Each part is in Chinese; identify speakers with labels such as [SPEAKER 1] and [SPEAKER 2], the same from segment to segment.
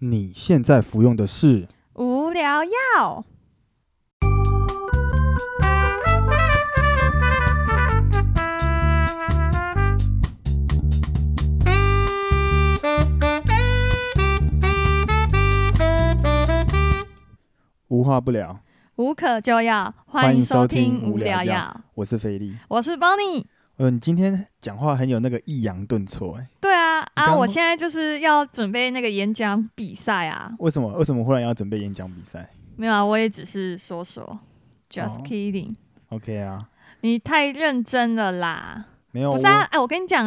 [SPEAKER 1] 你现在服用的是
[SPEAKER 2] 无聊药。
[SPEAKER 1] 无话不聊。
[SPEAKER 2] 无可救药，欢迎收听无聊药。
[SPEAKER 1] 我是菲力。
[SPEAKER 2] 我是 Bonnie。
[SPEAKER 1] 呃，你今天讲话很有那个抑扬顿挫、哎，
[SPEAKER 2] 对啊
[SPEAKER 1] 你刚
[SPEAKER 2] 啊！
[SPEAKER 1] 刚
[SPEAKER 2] 我现在就是要准备那个演讲比赛啊。
[SPEAKER 1] 为什么？为什么忽然要准备演讲比赛
[SPEAKER 2] 没有啊，我也只是说说，just
[SPEAKER 1] 哦
[SPEAKER 2] kidding。
[SPEAKER 1] ？OK 啊，
[SPEAKER 2] 你太认真了啦！
[SPEAKER 1] 没有，
[SPEAKER 2] 不是啊，哎，我跟你讲，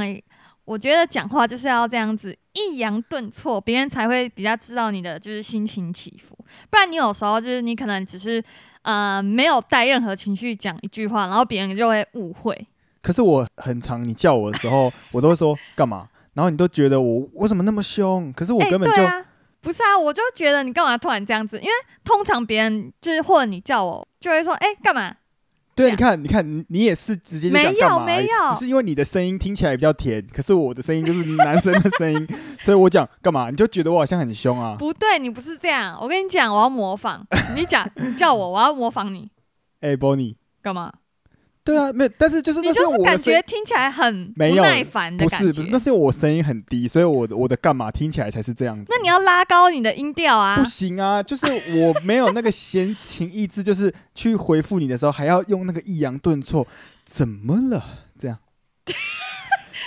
[SPEAKER 2] 我觉得讲话就是要这样子抑扬顿挫，别人才会比较知道你的就是心情起伏。不然你有时候就是你可能只是呃没有带任何情绪讲一句话，然后别人就会误会。
[SPEAKER 1] 我可是我很常你叫我的时 候，我都会说干嘛，然后你都觉得我我怎么那么凶？可是我
[SPEAKER 2] 哎，
[SPEAKER 1] 根本就、
[SPEAKER 2] 对啊，不是啊，我就觉得你干嘛突然这样子？因为通常别人就是或者你叫我，就会说哎干嘛？
[SPEAKER 1] 对啊你
[SPEAKER 2] 这
[SPEAKER 1] 看，你看，你你也是直接就讲
[SPEAKER 2] 没有
[SPEAKER 1] 干嘛而已？
[SPEAKER 2] 没有
[SPEAKER 1] 只是因为你的声音听起来比较甜，可是我的声音就是男生的声 音，所以我讲干嘛，你就觉得我好像很凶啊。
[SPEAKER 2] 不对，你不是这样。我跟你讲，我要模仿你讲，你叫我，我要模仿你
[SPEAKER 1] 哎、b o n n i e
[SPEAKER 2] 干嘛？
[SPEAKER 1] 对啊，没有，但是就是
[SPEAKER 2] 你
[SPEAKER 1] 那是
[SPEAKER 2] 就
[SPEAKER 1] 因为
[SPEAKER 2] 是
[SPEAKER 1] 我的
[SPEAKER 2] 感
[SPEAKER 1] 声
[SPEAKER 2] 觉听起来很不
[SPEAKER 1] 没有
[SPEAKER 2] 耐烦的
[SPEAKER 1] 不
[SPEAKER 2] 感
[SPEAKER 1] 是
[SPEAKER 2] 觉。嗯
[SPEAKER 1] 不是，那是因为我声音很低，所以我的我的干嘛听起来才是这样子。
[SPEAKER 2] 那你要拉高你的音调啊
[SPEAKER 1] 不！行 啊，就是我没有那个闲情逸致，就是去回复你的时候还要用那个抑扬顿挫，怎么了？这 样，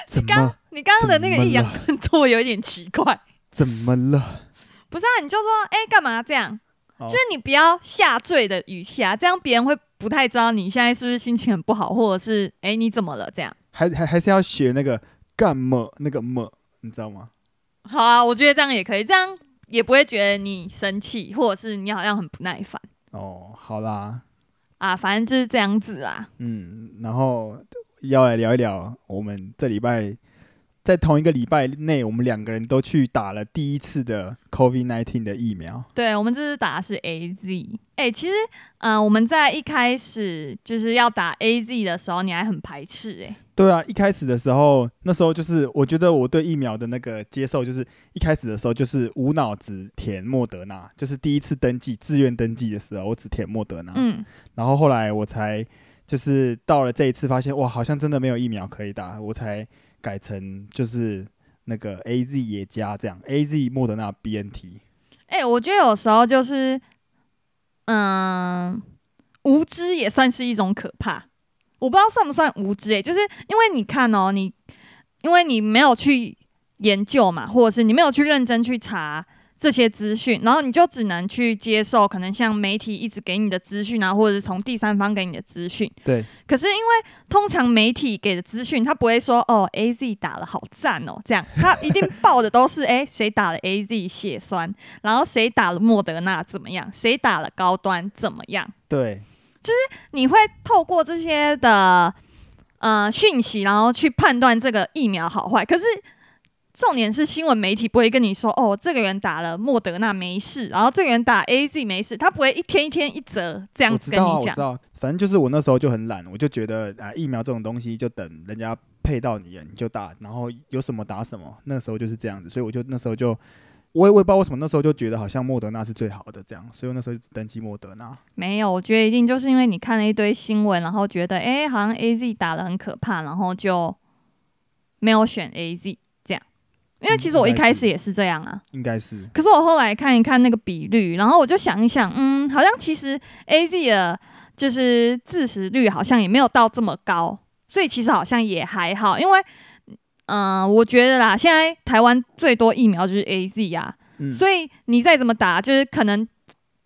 [SPEAKER 1] 怎么
[SPEAKER 2] 你刚刚的那个抑扬顿挫有一点奇怪。
[SPEAKER 1] 怎么了？
[SPEAKER 2] 不是啊，你就说哎，干、嘛这样？
[SPEAKER 1] 哦
[SPEAKER 2] 就是你不要下坠的语气啊，这样别人会不太知道你现在是不是心情很不好，或者是哎、你怎么了这样。
[SPEAKER 1] 还还还是要学那个干么那个么，你知道吗？
[SPEAKER 2] 好啊，我觉得这样也可以，这样也不会觉得你生气，或者是你好像很不耐烦
[SPEAKER 1] 哦，好啦，
[SPEAKER 2] 啊。反正就是这样子啊。
[SPEAKER 1] 嗯，然后要来聊一聊我们这礼拜。在同一个礼拜内，我们两个人都去打了第一次的 COVID-19 的疫苗。
[SPEAKER 2] 对，我们这次打的是 A Z。哎、其实，嗯、我们在一开始就是要打 A Z 的时候，你还很排斥哎、
[SPEAKER 1] 对啊，一开始的时候，那时候就是我觉得我对疫苗的那个接受，就是一开始的时候就是无脑只填莫德纳，就是第一次登记自愿登记的时候，我只填莫德纳。
[SPEAKER 2] 嗯，
[SPEAKER 1] 然后后来我才就是到了这一次，发现哇，好像真的没有疫苗可以打，我才改成就是那个 A Z 也加这样，A Z 莫德纳 B N T。
[SPEAKER 2] 哎、我觉得有时候就是，嗯，无知也算是一种可怕。我不知道算不算无知、欸，就是因为你看哦、你因为你没有去研究嘛，或者是你没有去认真去查这些资讯，然后你就只能去接受可能像媒体一直给你的资讯啊，或者是从第三方给你的资讯。
[SPEAKER 1] 对，
[SPEAKER 2] 可是因为通常媒体给的资讯，他不会说哦，A Z 打了好赞哦，这样他一定报的都是 哎谁、打了 A Z 血栓，然后谁打了莫德纳怎么样，谁打了高端怎么样，
[SPEAKER 1] 对，
[SPEAKER 2] 你会透过这些的呃讯息，然后去判断这个疫苗好坏。可是重点是新闻媒体不会跟你说哦，这个人打了莫德纳没事，然后这个人打 A Z 没事，他不会一天一天一折这样
[SPEAKER 1] 我
[SPEAKER 2] 子
[SPEAKER 1] 知
[SPEAKER 2] 跟
[SPEAKER 1] 道啊，
[SPEAKER 2] 你
[SPEAKER 1] 我
[SPEAKER 2] 讲
[SPEAKER 1] 知。道，反正就是我那时候就很懒，我就觉得啊，疫苗这种东西就等人家配到你了你就打，然后有什么打什么。那时候就是这样子，所以我就那时候就，我也我也不知道为什么那时候就觉得好像莫德纳是最好的这样，所以我那时候就只登记莫德纳。
[SPEAKER 2] 没有，我觉得一定就是因为你看了一堆新闻，然后觉得哎、诶好像 A Z 打的很可怕，然后就没有选 A Z 这样。因为其实我一开始也是这样啊，
[SPEAKER 1] 应该是
[SPEAKER 2] 可是我后来看一看那个比率，然后我就想一想，嗯，好像其实 A Z 的就是致死率好像也没有到这么高，所以其实好像也还好，因为嗯、呃我觉得啦，现在台湾最多疫苗就是 A Z 啊，
[SPEAKER 1] 嗯，
[SPEAKER 2] 所以你再怎么打，就是可能，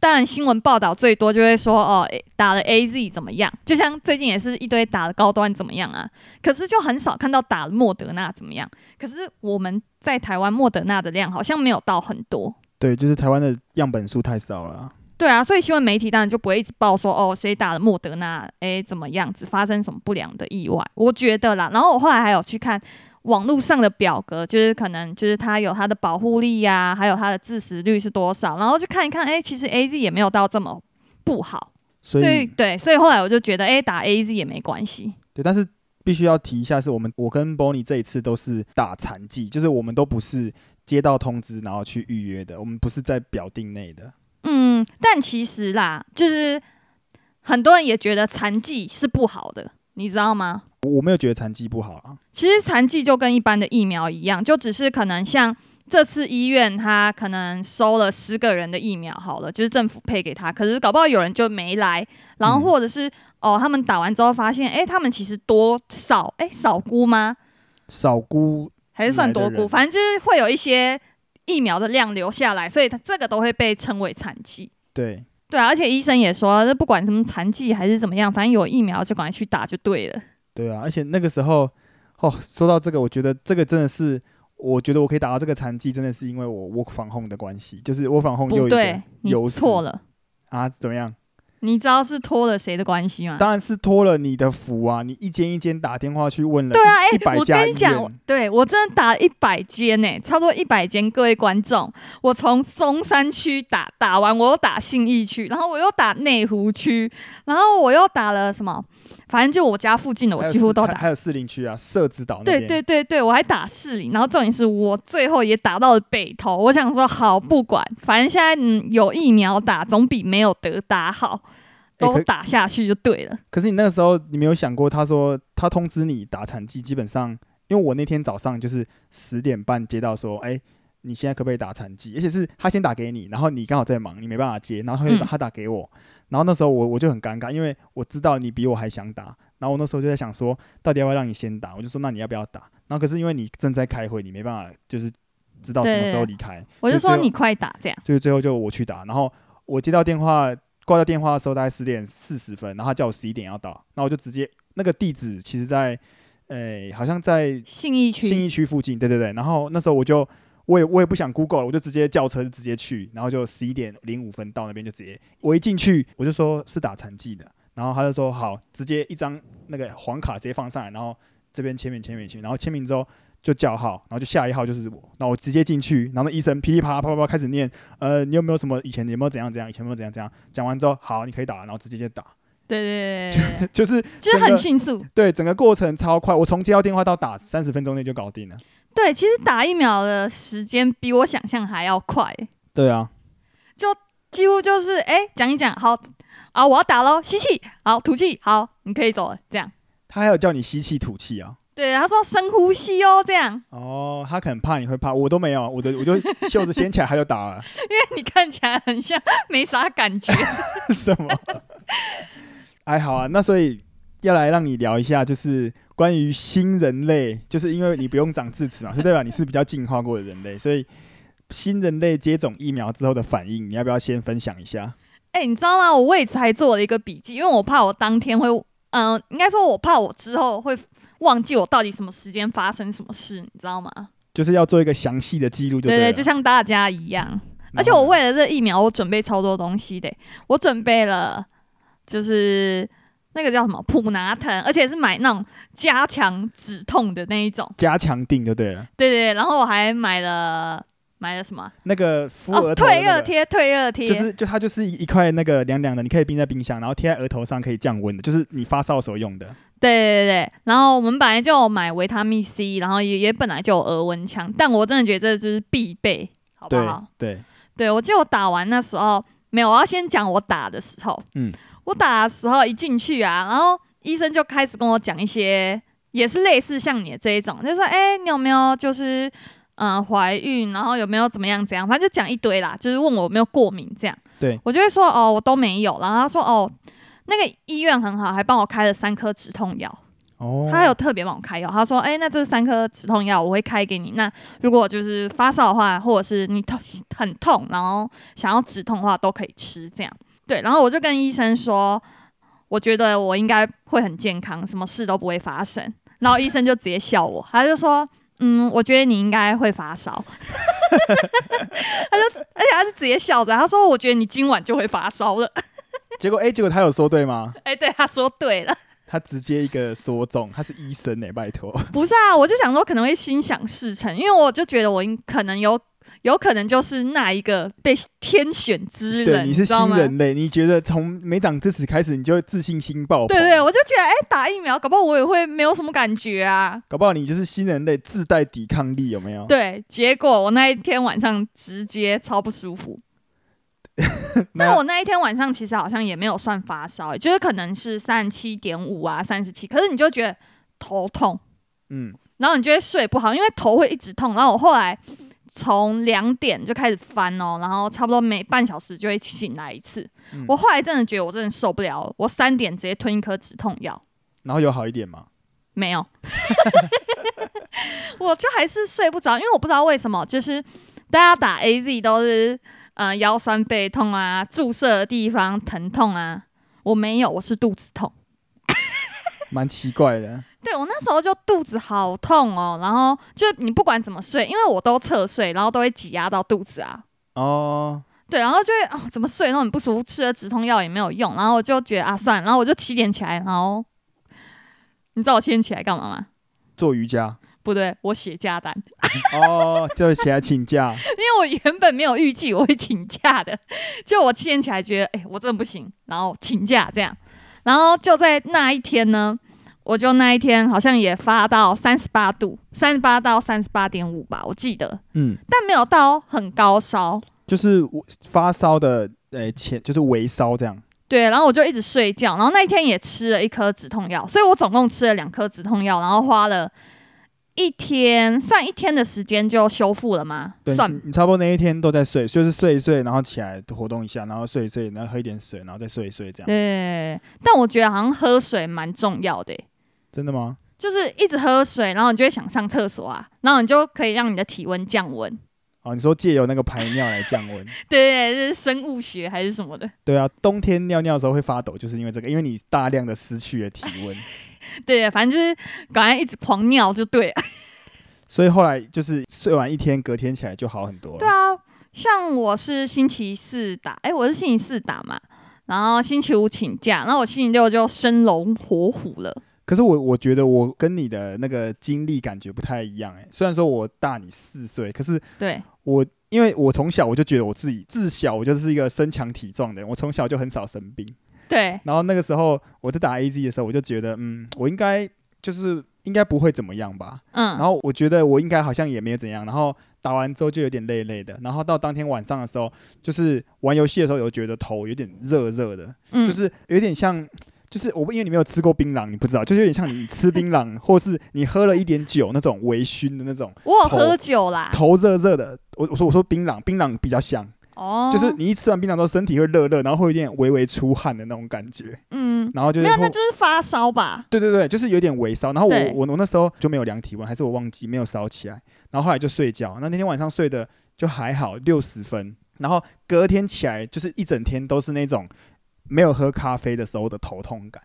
[SPEAKER 2] 当然新闻报道最多就会说哦，诶打了 A Z 怎么样？就像最近也是一堆打了高端怎么样啊，可是就很少看到打了莫德纳怎么样。可是我们在台湾莫德纳的量好像没有到很多，
[SPEAKER 1] 对，就是台湾的样本数太少了啊。
[SPEAKER 2] 对啊，所以新闻媒体当然就不会一直报说哦谁打了莫德纳，诶怎么样子发生什么不良的意外，我觉得啦。然后我后来还有去看。网络上的表格就是可能就是它有它的保护力呀、还有它的致死率是多少，然后去看一看，诶，其实 A Z 也没有到这么不好，
[SPEAKER 1] 所以
[SPEAKER 2] 所以对，所以后来我就觉得，诶，打 A Z 也没关系，
[SPEAKER 1] 对，但是必须要提一下，是我们我跟 Bonnie 这一次都是打残疾，就是我们都不是接到通知然后去预约的，我们不是在表定内的。
[SPEAKER 2] 嗯，但其实啦，就是很多人也觉得残疾是不好的，你知道吗？
[SPEAKER 1] 我我没有觉得残疾不好啊，
[SPEAKER 2] 其实残疾就跟一般的疫苗一样，就只是可能像这次医院他可能收了十个人的疫苗好了，就是政府配给他，可是搞不好有人就没来，然后
[SPEAKER 1] 嗯
[SPEAKER 2] 或者是、哦他们打完之后发现，诶，他们其实多少诶，少估吗？
[SPEAKER 1] 少估
[SPEAKER 2] 还是算
[SPEAKER 1] 来的
[SPEAKER 2] 多估？
[SPEAKER 1] 人
[SPEAKER 2] 反正就是会有一些疫苗的量留下来，所以它这个都会被称为残疾。
[SPEAKER 1] 对，
[SPEAKER 2] 对啊，而且医生也说，这不管什么残疾还是怎么样，反正有疫苗就赶快去打就对了。
[SPEAKER 1] 对啊，而且那个时候，哦，说到这个，我觉得这个真的是，我觉得我可以打到这个残疾，真的是因为我 work from home 的关系，就是 work from home 又
[SPEAKER 2] 不
[SPEAKER 1] 一个
[SPEAKER 2] 对，你
[SPEAKER 1] 优势
[SPEAKER 2] 错了。
[SPEAKER 1] 啊，怎么样？
[SPEAKER 2] 你知道是托了谁的关系吗？
[SPEAKER 1] 当然是托了你的福啊，你一间一间打电话去问了
[SPEAKER 2] 对啊，哎、
[SPEAKER 1] 一一百
[SPEAKER 2] 我
[SPEAKER 1] 家
[SPEAKER 2] 跟
[SPEAKER 1] 医
[SPEAKER 2] 你讲
[SPEAKER 1] 院，，
[SPEAKER 2] 对我真的打一百间呢、差不多一百间。各位观众，我从中山区打打完，我又打信义区，然后我又打内湖区，然后我又打了什么，反正就我家附近的，
[SPEAKER 1] 还
[SPEAKER 2] 我
[SPEAKER 1] 有
[SPEAKER 2] 几乎
[SPEAKER 1] 士
[SPEAKER 2] 都
[SPEAKER 1] 还
[SPEAKER 2] 打。
[SPEAKER 1] 还有士林区啊，社子岛那
[SPEAKER 2] 对
[SPEAKER 1] 边，
[SPEAKER 2] 对对对，我还打市里，然后重点是我最后也打到了北投。我想说，好不管，反正现在嗯有疫苗打，总比没有得打好，
[SPEAKER 1] 哎
[SPEAKER 2] 都
[SPEAKER 1] 可
[SPEAKER 2] 打下去就对了。
[SPEAKER 1] 可是你那个时候，你没有想过，他说他通知你打残疾，基本上，因为我那天早上就是十点半接到说，哎、你现在可不可以打残疾？而且是他先打给你，然后你刚好在忙，你没办法接，然后他就
[SPEAKER 2] 嗯
[SPEAKER 1] 打他打给我，然后那时候我我就很尴尬，因为我知道你比我还想打，然后我那时候就在想说，到底要不要让你先打？我就说那你要不要打？然后可是因为你正在开会，你没办法就是知道什么时候
[SPEAKER 2] 对
[SPEAKER 1] 离开，
[SPEAKER 2] 我
[SPEAKER 1] 所以
[SPEAKER 2] 就说
[SPEAKER 1] 最后
[SPEAKER 2] 你快打这样。
[SPEAKER 1] 所以最后就我去打，然后我接到电话，挂掉电话的时候大概十点四十分，然后他叫我十一点要到，那我就直接那个地址其实在，诶、好像在
[SPEAKER 2] 信义区，
[SPEAKER 1] 信义区附近，对对对，然后那时候我就我也我也不想 Google 了，我就直接叫车就直接去，然后就十一点零五分到那边就直接，我一进去我就说是打残疾的，然后他就说好，直接一张那个黄卡直接放上来，然后这边签名签名去，然后签名之后就叫号，然后就下一号就是我，那我直接进去，然后那医生噼里啪啦啪啪啪开始念，呃，你有没有什么以前有没有怎样怎样，以前有没有怎样怎样，讲完之后好，你可以打，然后直接就打，
[SPEAKER 2] 对对对对对，
[SPEAKER 1] 就是
[SPEAKER 2] 就是
[SPEAKER 1] 整
[SPEAKER 2] 很
[SPEAKER 1] 个
[SPEAKER 2] 迅速。
[SPEAKER 1] 对整个过程超快，我从接到电话到打三十分钟内就搞定了。
[SPEAKER 2] 对，其实打疫苗的时间比我想象还要快，
[SPEAKER 1] 对啊，
[SPEAKER 2] 几乎就是哎讲一讲，好啊，我要打喽，吸气，好吐气，好，你可以走了，这样。
[SPEAKER 1] 他还有叫你吸气吐气啊。
[SPEAKER 2] 对，他说深呼吸哦，这样，
[SPEAKER 1] 哦，他可能怕你会怕，我都没有，我的我 就袖子掀起来他就打了，
[SPEAKER 2] 因为你看起来很像没啥感觉。
[SPEAKER 1] 什么？哎，好啊，那所以要来让你聊一下，就是关于新人类，就是因为你不用长智齿嘛，就代表你是比较进化过的人类，所以新人类接种疫苗之后的反应，你要不要先分享一下？
[SPEAKER 2] 哎、你知道吗？我为此还做了一个笔记，因为我怕我当天会，嗯、应该说我怕我之后会忘记我到底什么时间发生什么事，你知道吗？
[SPEAKER 1] 就是要做一个详细的记录，就
[SPEAKER 2] 对
[SPEAKER 1] 对了，哦
[SPEAKER 2] 就像大家一样。而且
[SPEAKER 1] 然后
[SPEAKER 2] 我
[SPEAKER 1] 呢
[SPEAKER 2] 为了这疫苗，我准备超多东西的欸、我准备了就是那个叫什么普拿疼，而且是买那种加强止痛的那一种。
[SPEAKER 1] 加强定就对了，
[SPEAKER 2] 对对对，然后我还买了买了什么？
[SPEAKER 1] 那个敷额
[SPEAKER 2] 哦，
[SPEAKER 1] 头的
[SPEAKER 2] 退
[SPEAKER 1] 那
[SPEAKER 2] 热
[SPEAKER 1] 个
[SPEAKER 2] 贴，退热贴。
[SPEAKER 1] 就是就它就是一块那个凉凉的，你可以冰在冰箱，然后贴在额头上可以降温的，就是你发烧的时候用的。
[SPEAKER 2] 对对对对，然后我们本来就有买维他命 C，然后也也本来就有额温枪，但我真的觉得这就是必备，好不
[SPEAKER 1] 对
[SPEAKER 2] 好？
[SPEAKER 1] 对，
[SPEAKER 2] 对，我记得我打完那时候没有，我要先讲我打的时候。
[SPEAKER 1] 嗯，
[SPEAKER 2] 我打的时候一进去啊，然后医生就开始跟我讲一些，也是类似像你的这一种，就说：“哎、你有没有就是嗯怀孕，然后有没有怎么样怎样，反正就讲一堆啦，就是问我有没有过敏这样。”
[SPEAKER 1] 对，
[SPEAKER 2] 我就会说：“哦，我都没有。”然后他说：“哦，那个医院很好，还帮我开了三颗止痛药。”
[SPEAKER 1] 哦，
[SPEAKER 2] 他有特别帮我开药，他说：“哎、那这三颗止痛药我会开给你。那如果就是发烧的话，或者是你痛很痛，然后想要止痛的话，都可以吃。”这样对，然后我就跟医生说，我觉得我应该会很健康，什么事都不会发生。然后医生就直接笑我，他就说：“嗯，我觉得你应该会发烧。” 他就，而哎且他是直接笑着，他说：“我觉得你今晚就会发烧了。
[SPEAKER 1] 结果哎、结果他有说对吗？
[SPEAKER 2] 哎，对，他说对了。
[SPEAKER 1] 他直接一个说中，他是医 生哎、拜托。
[SPEAKER 2] 不是啊，我就想说可能会心想事成，因为我就觉得我应可能有有可能就是那一个被天选之
[SPEAKER 1] 对，
[SPEAKER 2] 人，
[SPEAKER 1] 你是
[SPEAKER 2] 知道
[SPEAKER 1] 新
[SPEAKER 2] 吗？
[SPEAKER 1] 人类，你觉得从没长智齿开始，你就会自信心爆棚。
[SPEAKER 2] 对对，我就觉得哎、打疫苗，搞不好我也会没有什么感觉啊。
[SPEAKER 1] 搞不好你就是新人类，自带抵抗力，有没有？
[SPEAKER 2] 对，结果我那一天晚上直接超不舒服。但
[SPEAKER 1] 那
[SPEAKER 2] 我那一天晚上其实好像也没有算发烧、欸就是可能是三十七点五啊，三十七，可是你就觉得头痛，
[SPEAKER 1] 嗯，
[SPEAKER 2] 然后你就会睡不好，因为头会一直痛。然后我后来从两点就开始翻哦，然后差不多每半小时就会醒来一次。
[SPEAKER 1] 嗯
[SPEAKER 2] 我后来真的觉得我真的受不了了，我三点直接吞一颗止痛药，
[SPEAKER 1] 然后有好一点嘛？
[SPEAKER 2] 没有， 我就还是睡不着，因为我不知道为什么，就是大家打 A Z 都是呃腰酸背痛啊，注射的地方疼痛啊，我没有，我是肚子痛。
[SPEAKER 1] 蛮奇怪的。
[SPEAKER 2] 对我那时候就肚子好痛哦，然后就你不管怎么睡，因为我都侧睡，然后都会挤压到肚子啊。
[SPEAKER 1] 哦，
[SPEAKER 2] 对，然后就会哦，怎么睡都很不舒服，吃了止痛药也没有用，然后我就觉得啊，算了，然后我就七点起来，然后你知道我七点起来干嘛吗？
[SPEAKER 1] 做瑜伽。
[SPEAKER 2] 不对，我写假单，
[SPEAKER 1] 哦，就起来请假。
[SPEAKER 2] 因为我原本没有预计我会请假的，就我七点起来觉得，哎、我真的不行，然后请假这样，然后就在那一天呢，我就那一天好像也发到三十八度，三十八到三十八点五吧，我记得，
[SPEAKER 1] 嗯，
[SPEAKER 2] 但没有到很高烧，
[SPEAKER 1] 就是我发烧的，呃，前就是微烧这样。
[SPEAKER 2] 对，然后我就一直睡觉，然后那一天也吃了一颗止痛药，所以我总共吃了两颗止痛药，然后花了一天，算一天的时间就修复了吗？
[SPEAKER 1] 对，
[SPEAKER 2] 算
[SPEAKER 1] 你你差不多那一天都在睡，就是睡一睡，然后起来活动一下，然后睡一睡，然后喝一点水，然后再睡一睡这样。
[SPEAKER 2] 对，但我觉得好像喝水蛮重要的欸、
[SPEAKER 1] 真的吗？
[SPEAKER 2] 就是一直喝水，然后你就会想上厕所啊，然后你就可以让你的体温降温。
[SPEAKER 1] 哦，你说借由那个排尿来降温。
[SPEAKER 2] 对对，这是生物学还是什么的？
[SPEAKER 1] 对啊，冬天尿尿的时候会发抖，就是因为这个，因为你大量的失去了体温，
[SPEAKER 2] 对，反正就是赶快一直狂尿就对了。
[SPEAKER 1] 所以后来就是睡完一天，隔天起来就好很多了。
[SPEAKER 2] 对啊，像我是星期四打，哎、我是星期四打嘛，然后星期五请假，然后我星期六就生龙活虎了。
[SPEAKER 1] 可是我我觉得我跟你的那个经历感觉不太一样哎、虽然说我大你四岁，可是
[SPEAKER 2] 对，
[SPEAKER 1] 我因为我从小我就觉得我自己自小我就是一个身强体壮的人，我从小就很少生病。
[SPEAKER 2] 对，
[SPEAKER 1] 然后那个时候我在打 AZ 的时候，我就觉得嗯，我应该就是应该不会怎么样吧。然
[SPEAKER 2] 嗯，
[SPEAKER 1] 后我觉得我应该好像也没有怎样，然后打完之后就有点累累的，然后到当天晚上的时候，就是玩游戏的时候有觉得头有点热热的，
[SPEAKER 2] 嗯
[SPEAKER 1] 就是有点像，就是我不因为你没有吃过槟榔，你不知道，就是有点像你吃槟榔或是你喝了一点酒那种微醺的那种，
[SPEAKER 2] 我有
[SPEAKER 1] 头
[SPEAKER 2] 喝酒啦，
[SPEAKER 1] 头热热的。我我说我说槟榔，槟榔比较像，
[SPEAKER 2] 哦，
[SPEAKER 1] 就是你一吃完槟榔之后身体会热热，然后会有点微微出汗的那种感觉，
[SPEAKER 2] 嗯，
[SPEAKER 1] 然后就是
[SPEAKER 2] 没有，
[SPEAKER 1] 会
[SPEAKER 2] 那就是发烧吧。
[SPEAKER 1] 对对对，就是有点微烧。然后我
[SPEAKER 2] 对
[SPEAKER 1] 我我那时候就没有量体温，还是我忘记没有烧起来。然后后来就睡觉，那那天晚上睡的就还好，六十分。然后隔天起来就是一整天都是那种没有喝咖啡的时候的头痛感，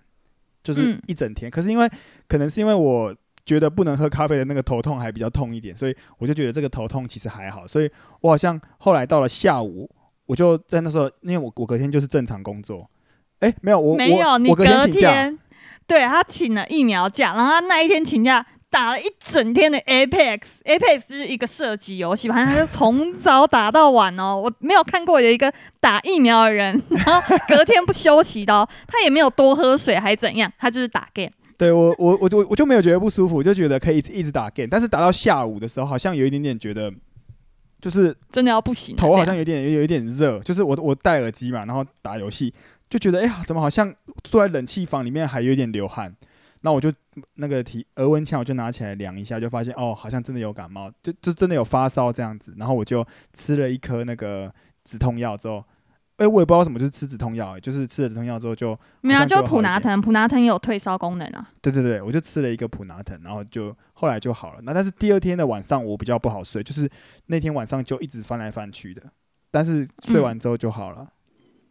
[SPEAKER 1] 就是
[SPEAKER 2] 嗯
[SPEAKER 1] 一整天。可是因为可能是因为我觉得不能喝咖啡的那个头痛还比较痛一点，所以我就觉得这个头痛其实还好。所以我好像后来到了下午，我就在那时候，因为我我隔天就是正常工作。哎，没有我
[SPEAKER 2] 没有，
[SPEAKER 1] 我
[SPEAKER 2] 你
[SPEAKER 1] 我
[SPEAKER 2] 隔
[SPEAKER 1] 隔天请假，
[SPEAKER 2] 对他请了疫苗假，然后他那一天请假打了一整天的 Apex，Apex 就是一个射击游戏，反正他就从早打到晚哦。我没有看过有一个打疫苗的人，然后隔天不休息的、哦，他也没有多喝水还怎样，他就是打 game。
[SPEAKER 1] 对我，我我就我就没有觉得不舒服，我就觉得可以一直一直打 game，但是打到下午的时候，好像有一点点觉得，就是
[SPEAKER 2] 真的要不行了，啊
[SPEAKER 1] 头好像
[SPEAKER 2] 这样
[SPEAKER 1] 有点有有一点热，就是我我戴耳机嘛，然后打游戏就觉得，哎、呀，怎么好像坐在冷气房里面还有一点流汗？那我就那个体额温枪，我就拿起来量一下，就发现哦，好像真的有感冒，就就真的有发烧这样子。然后我就吃了一颗那个止痛药之后，哎、我也不知道为什么，就是吃止痛药、哎就是吃了止痛药之后就
[SPEAKER 2] 没有啊，
[SPEAKER 1] 好像
[SPEAKER 2] 就
[SPEAKER 1] 就好
[SPEAKER 2] 普
[SPEAKER 1] 一
[SPEAKER 2] 拿
[SPEAKER 1] 点
[SPEAKER 2] 疼，普拿疼也有退烧功能啊。
[SPEAKER 1] 对对对，我就吃了一个普拿疼，然后就后来就好了。那但是第二天的晚上我比较不好睡，就是那天晚上就一直翻来翻去的，但是睡完之后就好了。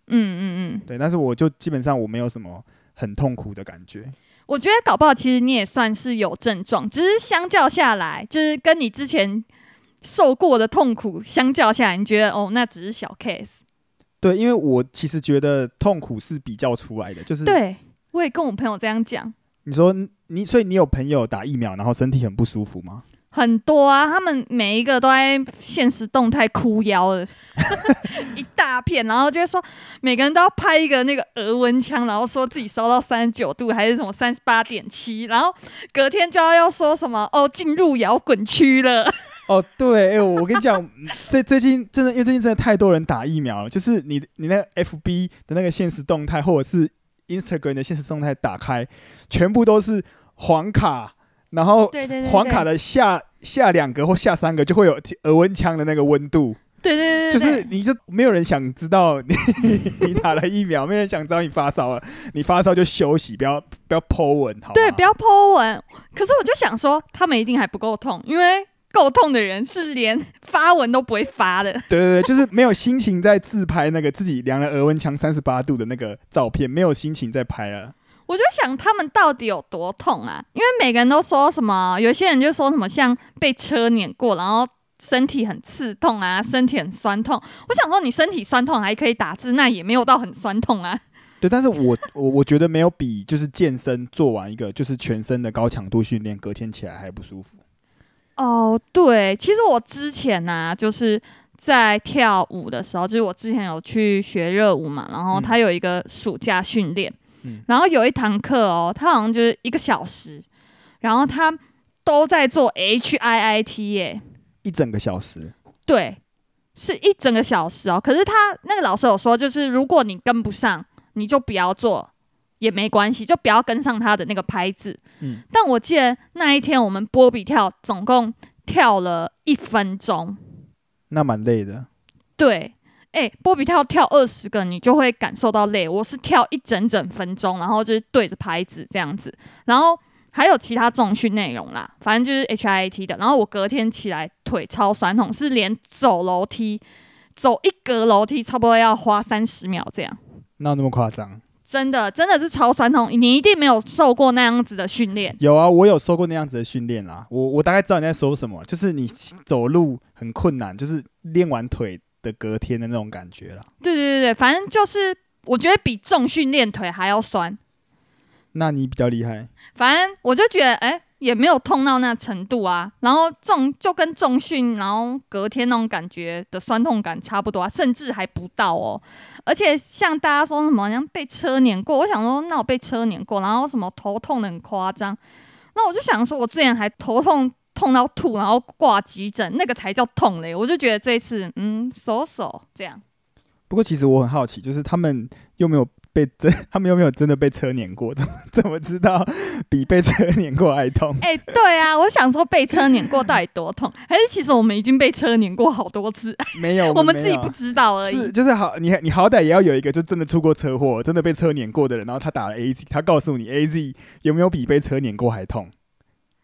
[SPEAKER 2] 嗯嗯嗯，
[SPEAKER 1] 对，但是我就基本上我没有什么很痛苦的感觉。
[SPEAKER 2] 我觉得搞不好其实你也算是有症状，只是相较下来，就是跟你之前受过的痛苦相较下来，你觉得哦，那只是小 case。
[SPEAKER 1] 对，因为我其实觉得痛苦是比较出来的，就是
[SPEAKER 2] 对，我也跟我朋友这样讲，
[SPEAKER 1] 你说你，所以你有朋友打疫苗然后身体很不舒服吗？
[SPEAKER 2] 很多啊，他们每一个都在现实动态哭腰的， 一大片，然后就会说每个人都要拍一个那个额温枪，然后说自己烧到三十九度还是什么三十八点七，然后隔天就要要说什么哦进入摇滚区了，
[SPEAKER 1] 哦，对，哎、我我跟你讲，最最近真的，因为最近真的太多人打疫苗了，就是你你那个 FB 的那个现实动态，或者是 Instagram 的现实动态打开，全部都是黄卡，然后
[SPEAKER 2] 对对
[SPEAKER 1] 黄卡的下下两格或下三个就会有额温枪的那个温度，
[SPEAKER 2] 对对对对，
[SPEAKER 1] 就是你就没有人想知道 你你打了疫苗，没有人想知道你发烧了，你发烧就休息，不要不要 Po 文，好吗，
[SPEAKER 2] 对，不要 Po 文。可是我就想说，他们一定还不够痛，因为够痛的人是连发文都不会发的。
[SPEAKER 1] 对对对，就是没有心情在自拍那个自己量了额温枪三十八度的那个照片，没有心情在拍啊了。
[SPEAKER 2] 我就想他们到底有多痛啊？因为每个人都说什么，有些人就说什么像被车碾过，然后身体很刺痛啊，身体很酸痛。我想说，你身体酸痛还可以打字，那也没有到很酸痛啊。
[SPEAKER 1] 对，但是我 我我觉得没有比就是健身做完一个就是全身的高强度训练，隔天起来还不舒服。
[SPEAKER 2] 哦，对，其实我之前呢、就是在跳舞的时候，就是我之前有去学热舞嘛，然后
[SPEAKER 1] 嗯
[SPEAKER 2] 它有一个暑假训练，
[SPEAKER 1] 嗯
[SPEAKER 2] 然后有一堂课哦，它好像就是一个小时，然后它都在做 H I I T 耶、
[SPEAKER 1] 一整个小时，
[SPEAKER 2] 对，是一整个小时哦。可是他那个老师有说，就是如果你跟不上，你就不要做，也没关系，就不要跟上他的那个拍子。
[SPEAKER 1] 嗯，
[SPEAKER 2] 但我记得那一天我们波比跳总共跳了一分钟，
[SPEAKER 1] 那蛮累的。
[SPEAKER 2] 对。哎、波比跳跳二十个，你就会感受到累。我是跳一整整分钟，然后就是对着拍子这样子，然后还有其他重训内容啦，反正就是 H I T 的。然后我隔天起来腿超酸痛，是连走楼梯，走一格楼梯差不多要花三十秒这样，
[SPEAKER 1] 哪有那么夸张？
[SPEAKER 2] 真的真的是超酸痛。你一定没有受过那样子的训练，
[SPEAKER 1] 有啊，我有受过那样子的训练啦。我我大概知道你在说什么，就是你走路很困难，就是练完腿的隔天的那种感觉啦。
[SPEAKER 2] 对对对对，反正就是我觉得比重训练腿还要酸。
[SPEAKER 1] 那你比较厉害，
[SPEAKER 2] 反正我就觉得，哎、也没有痛到那程度啊。然后重就跟重训，然后隔天那种感觉的酸痛感差不多啊，甚至还不到哦。而且像大家说什么，好像被车碾过，我想说，那我被车碾过，然后什么头痛的很夸张，那我就想说，我之前还头痛。痛到吐，然后挂急诊，那个才叫痛嘞！我就觉得这次，嗯，手手这样，
[SPEAKER 1] 不过其实我很好奇，就是他们又没有被真， 他们又没有真的被车碾过， 怎么怎么知道比被车碾过还痛？
[SPEAKER 2] 哎、对啊，我想说被车碾过到底多痛，还是其实我们已经被车碾过好多次，
[SPEAKER 1] 没有，
[SPEAKER 2] 我
[SPEAKER 1] 们
[SPEAKER 2] 们
[SPEAKER 1] 没有
[SPEAKER 2] 自己不知道而已。
[SPEAKER 1] 是就是好，你你好歹也要有一个就真的出过车祸、真的被车碾过的人，然后他打了 A Z，他告诉你 A Z 有没有比被车碾过还痛？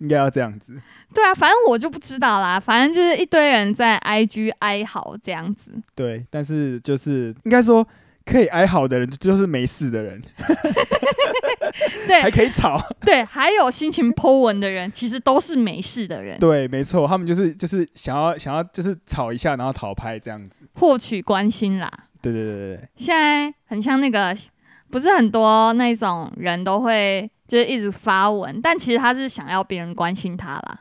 [SPEAKER 1] 应该要这样子。
[SPEAKER 2] 对啊，反正我就不知道啦，反正就是一堆人在 IG 哀嚎这样子。
[SPEAKER 1] 对，但是就是应该说可以哀嚎的人就是没事的人，还
[SPEAKER 2] 对
[SPEAKER 1] 可以吵。
[SPEAKER 2] 对，还有心情 Po 文的人，其实都是没事的人，
[SPEAKER 1] 对，没错，他们就是就是想要想要就是吵一下，然后逃拍这样子。
[SPEAKER 2] 获取关心啦。
[SPEAKER 1] 对对对对对。
[SPEAKER 2] 现在很像那个，不是很多那种人都会就是一直发文，但其实他是想要别人关心他啦，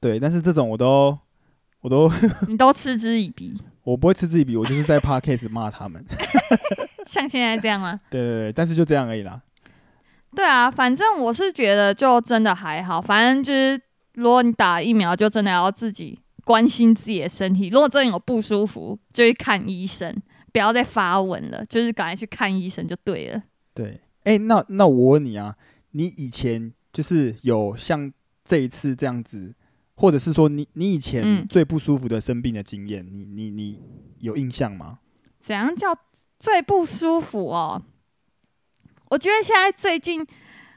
[SPEAKER 1] 对，但是这种我都我都
[SPEAKER 2] 你都嗤之以鼻，
[SPEAKER 1] 我不会嗤之以鼻，我就是在 podcast 骂他们。
[SPEAKER 2] 像现在这样吗？
[SPEAKER 1] 对对对，但是就这样而已啦。
[SPEAKER 2] 对啊，反正我是觉得就真的还好，反正就是如果你打疫苗，就真的要自己关心自己的身体。如果真的有不舒服，就去看医生，不要再发文了，就是赶快去看医生就对了。
[SPEAKER 1] 对，哎、那那我问你啊，你以前就是有像这一次这样子，或者是说你你以前
[SPEAKER 2] 嗯
[SPEAKER 1] 最不舒服的生病的经验，你你你有印象吗？
[SPEAKER 2] 怎样叫最不舒服哦？我觉得现在最近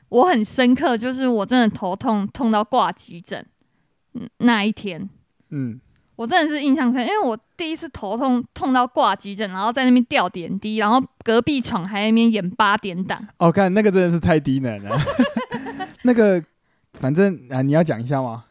[SPEAKER 2] 我很深刻，就是我真的头痛痛到挂急诊，嗯，那一天。
[SPEAKER 1] 嗯，
[SPEAKER 2] 我真的是印象深，因为我第一次头痛痛到挂急诊，然后在那边吊点滴，然后隔壁床还在那边演八点档。
[SPEAKER 1] 哦，看那个真的是太低能了。 那个反正啊，你要讲一下吗？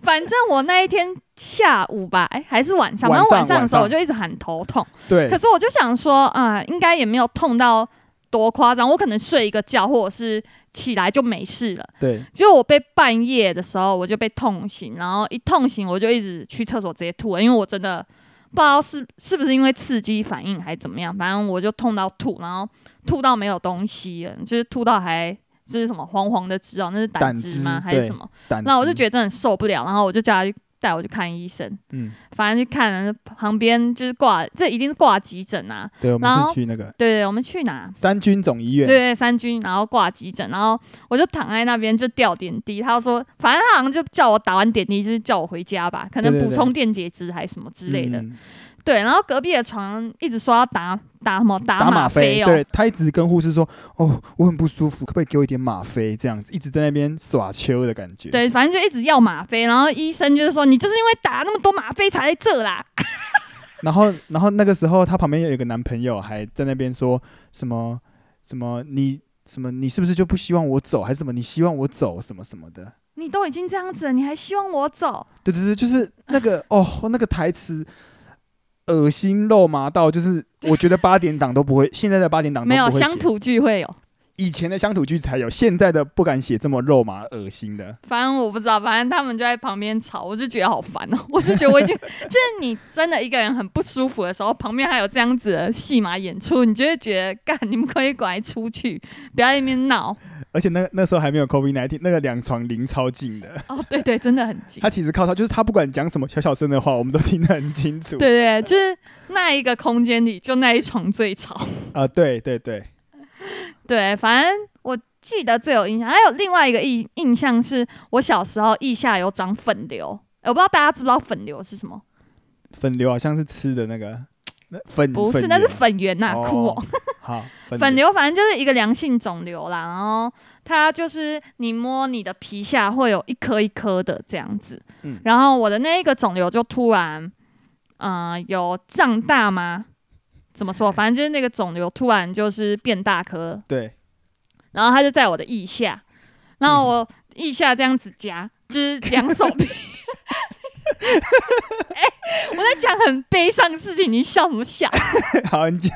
[SPEAKER 2] 反正我那一天下午吧，哎、还是晚上，
[SPEAKER 1] 晚上
[SPEAKER 2] 反正晚上的时候
[SPEAKER 1] 晚
[SPEAKER 2] 我
[SPEAKER 1] 上
[SPEAKER 2] 就一直喊头痛，
[SPEAKER 1] 对
[SPEAKER 2] 可，是我就想说啊、应该也没有痛到多夸张，我可能睡一个觉，或者是起来就没事了。
[SPEAKER 1] 对，
[SPEAKER 2] 结果我被半夜的时候我就被痛醒，然后一痛醒我就一直去厕所直接吐了，因为我真的不知道是是不是因为刺激反应还怎么样，反正我就痛到吐，然后吐到没有东西了，就是吐到还就是什么黄黄的汁哦，那是胆
[SPEAKER 1] 胆
[SPEAKER 2] 汁
[SPEAKER 1] 汁
[SPEAKER 2] 吗？还是
[SPEAKER 1] 对
[SPEAKER 2] 什么？
[SPEAKER 1] 胆
[SPEAKER 2] 那我就
[SPEAKER 1] 汁
[SPEAKER 2] 觉得真的很受不了，然后我就叫他去带我去看医生，
[SPEAKER 1] 嗯，
[SPEAKER 2] 反正去看了旁边就是挂，这一定是挂急诊啊。
[SPEAKER 1] 对，我
[SPEAKER 2] 然
[SPEAKER 1] 们
[SPEAKER 2] 后
[SPEAKER 1] 是去那个
[SPEAKER 2] 对对，我们去哪？
[SPEAKER 1] 三军总医
[SPEAKER 2] 对
[SPEAKER 1] 院，嗯
[SPEAKER 2] 对，三军，然后挂急诊，然后我就躺在那边就吊点滴。他说，反正他好像就叫我打完点滴，就是叫我回家吧，可能
[SPEAKER 1] 对对
[SPEAKER 2] 补
[SPEAKER 1] 对
[SPEAKER 2] 充电解质还是什么之类的。
[SPEAKER 1] 嗯
[SPEAKER 2] 对，然后隔壁的床一直说要打打什么打
[SPEAKER 1] 打
[SPEAKER 2] 吗
[SPEAKER 1] 吗啡，
[SPEAKER 2] 哦，
[SPEAKER 1] 对他一直跟护士说，哦，我很不舒服，可不可以给我一点吗啡？这样子一直在那边耍秋的感觉，，
[SPEAKER 2] 对，反正就一直要吗啡。然后医生就是说，你就是因为打那么多吗啡才在这啦。
[SPEAKER 1] 然后，然后那个时候，她旁边有一个男朋友还在那边说什么什么你什么你是不是就不希望我走，还是什么你希望我走什么什么的？
[SPEAKER 2] 你都已经这样子了，你还希望我走？
[SPEAKER 1] 对对对，就是那 个哦，那个台词恶心肉麻到，就是我觉得八点档都不会，现在的八点档都
[SPEAKER 2] 没有
[SPEAKER 1] 不会
[SPEAKER 2] 乡
[SPEAKER 1] 写，
[SPEAKER 2] 土聚会哦有。
[SPEAKER 1] 以前的乡土剧才有，现在的不敢写这么肉麻恶心的。
[SPEAKER 2] 反正我不知道，反正他们就在旁边吵，我就觉得好烦哦、 我就觉得我已经就是你真的一个人很不舒服的时候，旁边还有这样子的戏码演出，你就会觉得干，你们可以赶快出去，不要在那 边闹。
[SPEAKER 1] 而且那那时候还没有 COVID 1 9那个两床离超近的，
[SPEAKER 2] 哦，对对，真的很紧
[SPEAKER 1] 他。其实靠他，就是他不管讲什么小小声的话，我们都听得很清楚。
[SPEAKER 2] 对对，就是那一个空间里，就那一床最 吵。
[SPEAKER 1] 啊、对对对。
[SPEAKER 2] 对，反正我记得最有印象，还有另外一个印印象是我小时候腋下有长粉瘤，我不知道大家知不知道粉瘤是什么？
[SPEAKER 1] 粉瘤好像是吃的那个那粉，
[SPEAKER 2] 不是，
[SPEAKER 1] 嗯粉
[SPEAKER 2] 那是
[SPEAKER 1] 圆
[SPEAKER 2] 粉圆呐、哭哦、
[SPEAKER 1] 哦。好，
[SPEAKER 2] 粉
[SPEAKER 1] 粉
[SPEAKER 2] 瘤反正就是一个良性肿瘤啦，然后它就是你摸你的皮下会有一颗一颗的这样子，
[SPEAKER 1] 嗯
[SPEAKER 2] 然后我的那一个肿瘤就突然，呃，有胀大吗？怎么说？反正就是那个肿瘤突然就是变大颗，
[SPEAKER 1] 对，
[SPEAKER 2] 然后它就在我的腋下，然后我腋下这样子夹，就是两手臂。 哎、我在讲很悲伤的事情，你笑什么笑？
[SPEAKER 1] 好，你讲，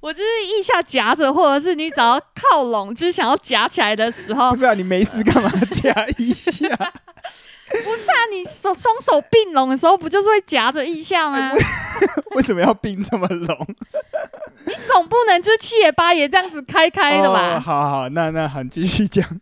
[SPEAKER 2] 我就是腋下夹着，或者是你只要靠拢，就是想要夹起来的时候，
[SPEAKER 1] 不
[SPEAKER 2] 不
[SPEAKER 1] 是啊，你没事干嘛加一下？
[SPEAKER 2] 是啊，你手双手并拢的时候，不就是会夹着腋下
[SPEAKER 1] 哎
[SPEAKER 2] 吗？
[SPEAKER 1] 为什么要并这么拢？
[SPEAKER 2] 你总不能就是七爷八爷这样子开开的
[SPEAKER 1] 哦
[SPEAKER 2] 吧？
[SPEAKER 1] 好好，那那好，你继续 讲。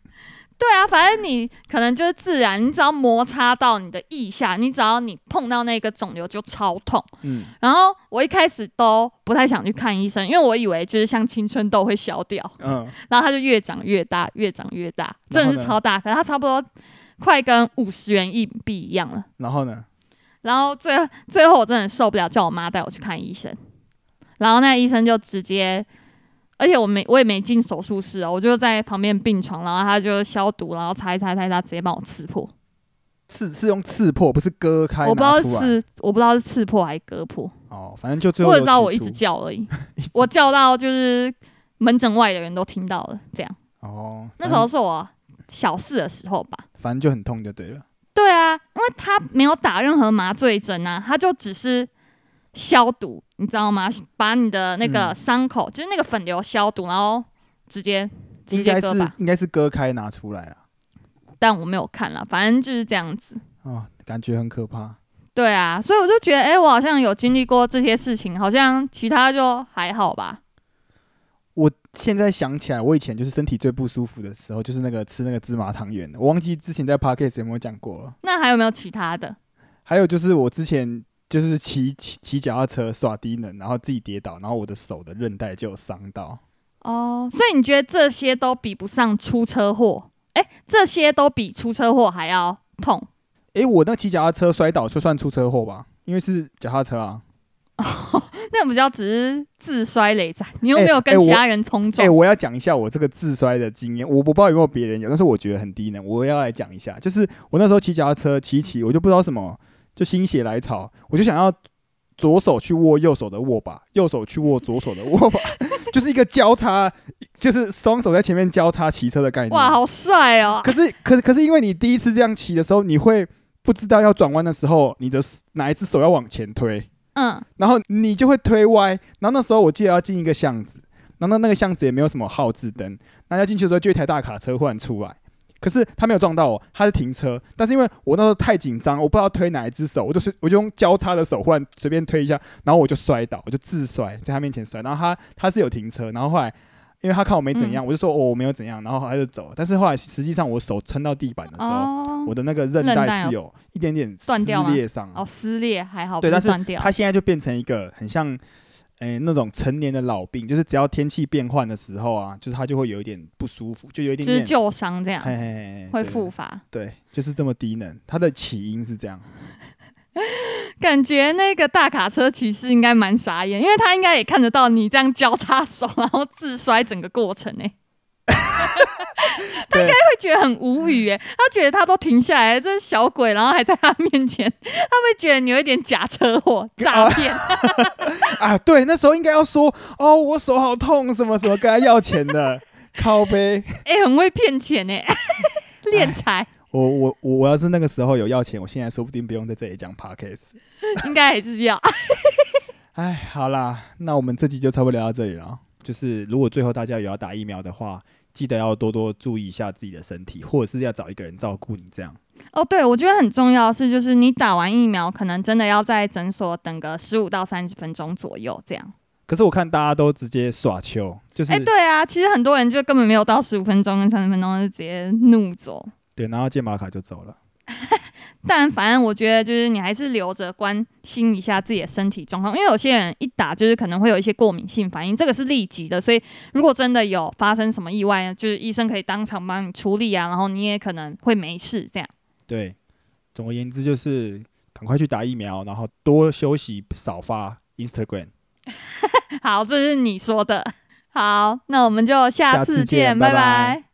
[SPEAKER 2] 对啊，反正你可能就是自然，你只要摩擦到你的腋下，你只要你碰到那个肿瘤就超痛。
[SPEAKER 1] 嗯，
[SPEAKER 2] 然后我一开始都不太想去看医生，因为我以为就是像青春痘会消掉。
[SPEAKER 1] 嗯，
[SPEAKER 2] 然后它就越长越大，越长越大，
[SPEAKER 1] 然
[SPEAKER 2] 真
[SPEAKER 1] 后呢
[SPEAKER 2] 的是超大，可是它差不多快跟五十元硬币一样了。
[SPEAKER 1] 然后呢？
[SPEAKER 2] 然后最最后我真的受不了，叫我妈带我去看医生，然后那医生就直接，而且我没我也没进手术室哦，我就在旁边病床，然后他就消毒，然后擦一擦擦一擦，直接帮我刺破，
[SPEAKER 1] 是是用刺破，不是割开
[SPEAKER 2] 我不知道
[SPEAKER 1] 拿
[SPEAKER 2] 是
[SPEAKER 1] 出来。
[SPEAKER 2] 刺我不知道是刺破还是割破，
[SPEAKER 1] 哦，反正就最后
[SPEAKER 2] 我
[SPEAKER 1] 有
[SPEAKER 2] 只知道
[SPEAKER 1] 取
[SPEAKER 2] 我一直
[SPEAKER 1] 出
[SPEAKER 2] 叫而已
[SPEAKER 1] 一直，
[SPEAKER 2] 我叫到就是门诊外的人都听到了，这样
[SPEAKER 1] 哦，
[SPEAKER 2] 那
[SPEAKER 1] 反
[SPEAKER 2] 时候
[SPEAKER 1] 正
[SPEAKER 2] 是我小四的时候吧。
[SPEAKER 1] 反正就很痛就对了。
[SPEAKER 2] 对啊，因为他没有打任何麻醉针啊，他就只是消毒，你知道吗？把你的那个
[SPEAKER 1] 嗯
[SPEAKER 2] 伤口，就是那个粉瘤消毒，然后直接直
[SPEAKER 1] 应
[SPEAKER 2] 接
[SPEAKER 1] 该
[SPEAKER 2] 割
[SPEAKER 1] 是
[SPEAKER 2] 吧。
[SPEAKER 1] 应该是割开拿出来啊了。
[SPEAKER 2] 但我没有看了，反正就是这样子。
[SPEAKER 1] 哦，感觉很可怕。
[SPEAKER 2] 对啊，所以我就觉得，哎、我好像有经历过这些事情，好像其他就还好吧。
[SPEAKER 1] 我现在想起来，我以前就是身体最不舒服的时候，就是那个吃那个芝麻汤圆的。我忘记之前在 podcast 有没有讲过了。
[SPEAKER 2] 那还有没有其他的？
[SPEAKER 1] 还有就是我之前就是骑骑骑脚踏车耍低能，然后自己跌倒，然后我的手的韧带就有伤到。
[SPEAKER 2] 哦，所以你觉得这些都比不上出车祸？哎、这些都比出车祸还要痛。
[SPEAKER 1] 诶，我那骑脚踏车摔倒就算出车祸吧？因为是脚踏车啊。
[SPEAKER 2] 那比较只是自摔累战，你有没有
[SPEAKER 1] 欸
[SPEAKER 2] 跟
[SPEAKER 1] 欸
[SPEAKER 2] 其
[SPEAKER 1] 我
[SPEAKER 2] 他人冲
[SPEAKER 1] 诶，
[SPEAKER 2] 撞？
[SPEAKER 1] 我要讲一下我这个自摔的经验，我不知道有没有别人有，但是我觉得很低能，我要来讲一下。就是我那时候骑脚踏车骑一骑，我就不知道什么，就心血来潮，我就想要左手去握右手的握把，右手去握左手的握把， 就是一个交叉，就是双手在前面交叉骑车的概念。
[SPEAKER 2] 哇，好帅哦！
[SPEAKER 1] 可是，可是，可是，因为你第一次这样骑的时候，你会不知道要转弯的时候，你的 s- 哪一只手要往前推，
[SPEAKER 2] 嗯，
[SPEAKER 1] 然后你就会推歪。然后那时候我记得要进一个巷子，然后那那个巷子也没有什么号志灯，那要进去的时候就一台大卡车忽然出来，可是他没有撞到我，他是停车，但是因为我那时候太紧张，我不知道推哪一只手，我就是我就用交叉的手忽然随便推一下，然后我就摔倒，我就自摔在他面前摔，然后他他是有停车，然后后来。因为他看我没怎
[SPEAKER 2] 嗯
[SPEAKER 1] 样，我就说哦我没有怎样，然后他就走了。但是后来实际上我手撑到地板的时候，
[SPEAKER 2] 哦
[SPEAKER 1] 我的那个韧
[SPEAKER 2] 韧
[SPEAKER 1] 带
[SPEAKER 2] 带哦
[SPEAKER 1] 是有一点点撕
[SPEAKER 2] 断掉吗
[SPEAKER 1] 裂伤，
[SPEAKER 2] 哦，撕裂还好，
[SPEAKER 1] 对
[SPEAKER 2] 不
[SPEAKER 1] 但是
[SPEAKER 2] 断掉
[SPEAKER 1] 它现在就变成一个很像，诶、那种成年的老病，就是只要天气变换的时候啊，就是它就会有一点不舒服，就有一
[SPEAKER 2] 就
[SPEAKER 1] 点
[SPEAKER 2] 是
[SPEAKER 1] 点，
[SPEAKER 2] 旧伤这样
[SPEAKER 1] 嘿嘿嘿嘿
[SPEAKER 2] 会
[SPEAKER 1] 对
[SPEAKER 2] 复发。
[SPEAKER 1] 对，就是这么低能，它的起因是这样，
[SPEAKER 2] 感觉那个大卡车骑士应该蛮傻眼，因为他应该也看得到你这样交叉手，然后自摔整个过程呢、他应该会觉得很无语哎、他觉得他都停下来，这是小鬼，然后还在他面前，他会觉得你有一点假车祸、诈骗。
[SPEAKER 1] 啊，对，那时候应该要说哦，我手好痛，什么什么，跟他要钱的，靠背，
[SPEAKER 2] 哎、很会骗钱 哎、敛财
[SPEAKER 1] 我我我我要是那个时候有要钱，我现在说不定不用在这里讲 podcast。
[SPEAKER 2] 应该还是要。
[SPEAKER 1] 哎，好啦，那我们这集就差不多聊到这里了。就是如果最后大家有要打疫苗的话，记得要多多注意一下自己的身体，或者是要找一个人照顾你这样。
[SPEAKER 2] 哦，对，我觉得很重要的是，就是你打完疫苗，可能真的要在诊所等个十五到三十分钟左右这样。
[SPEAKER 1] 可是我看大家都直接耍球，就是、
[SPEAKER 2] 哎、对啊，其实很多人就根本没有到十五分钟跟三十分钟就直接怒走。
[SPEAKER 1] 对拿到健保卡就走了。
[SPEAKER 2] 但反正我觉得就是你还是留着关心一下自己的身体状况，因为有些人一打就是可能会有一些过敏性反应，这个是立即的，所以如果真的有发生什么意外，就是医生可以当场帮你处理啊，然后你也可能会没事这样。
[SPEAKER 1] 对，总而言之就是赶快去打疫苗，然后多休息，少发 Instagram。
[SPEAKER 2] 好，这是你说的。好，那我们就下
[SPEAKER 1] 下次
[SPEAKER 2] 次
[SPEAKER 1] 见
[SPEAKER 2] 见，
[SPEAKER 1] 拜
[SPEAKER 2] 拜
[SPEAKER 1] 拜
[SPEAKER 2] 拜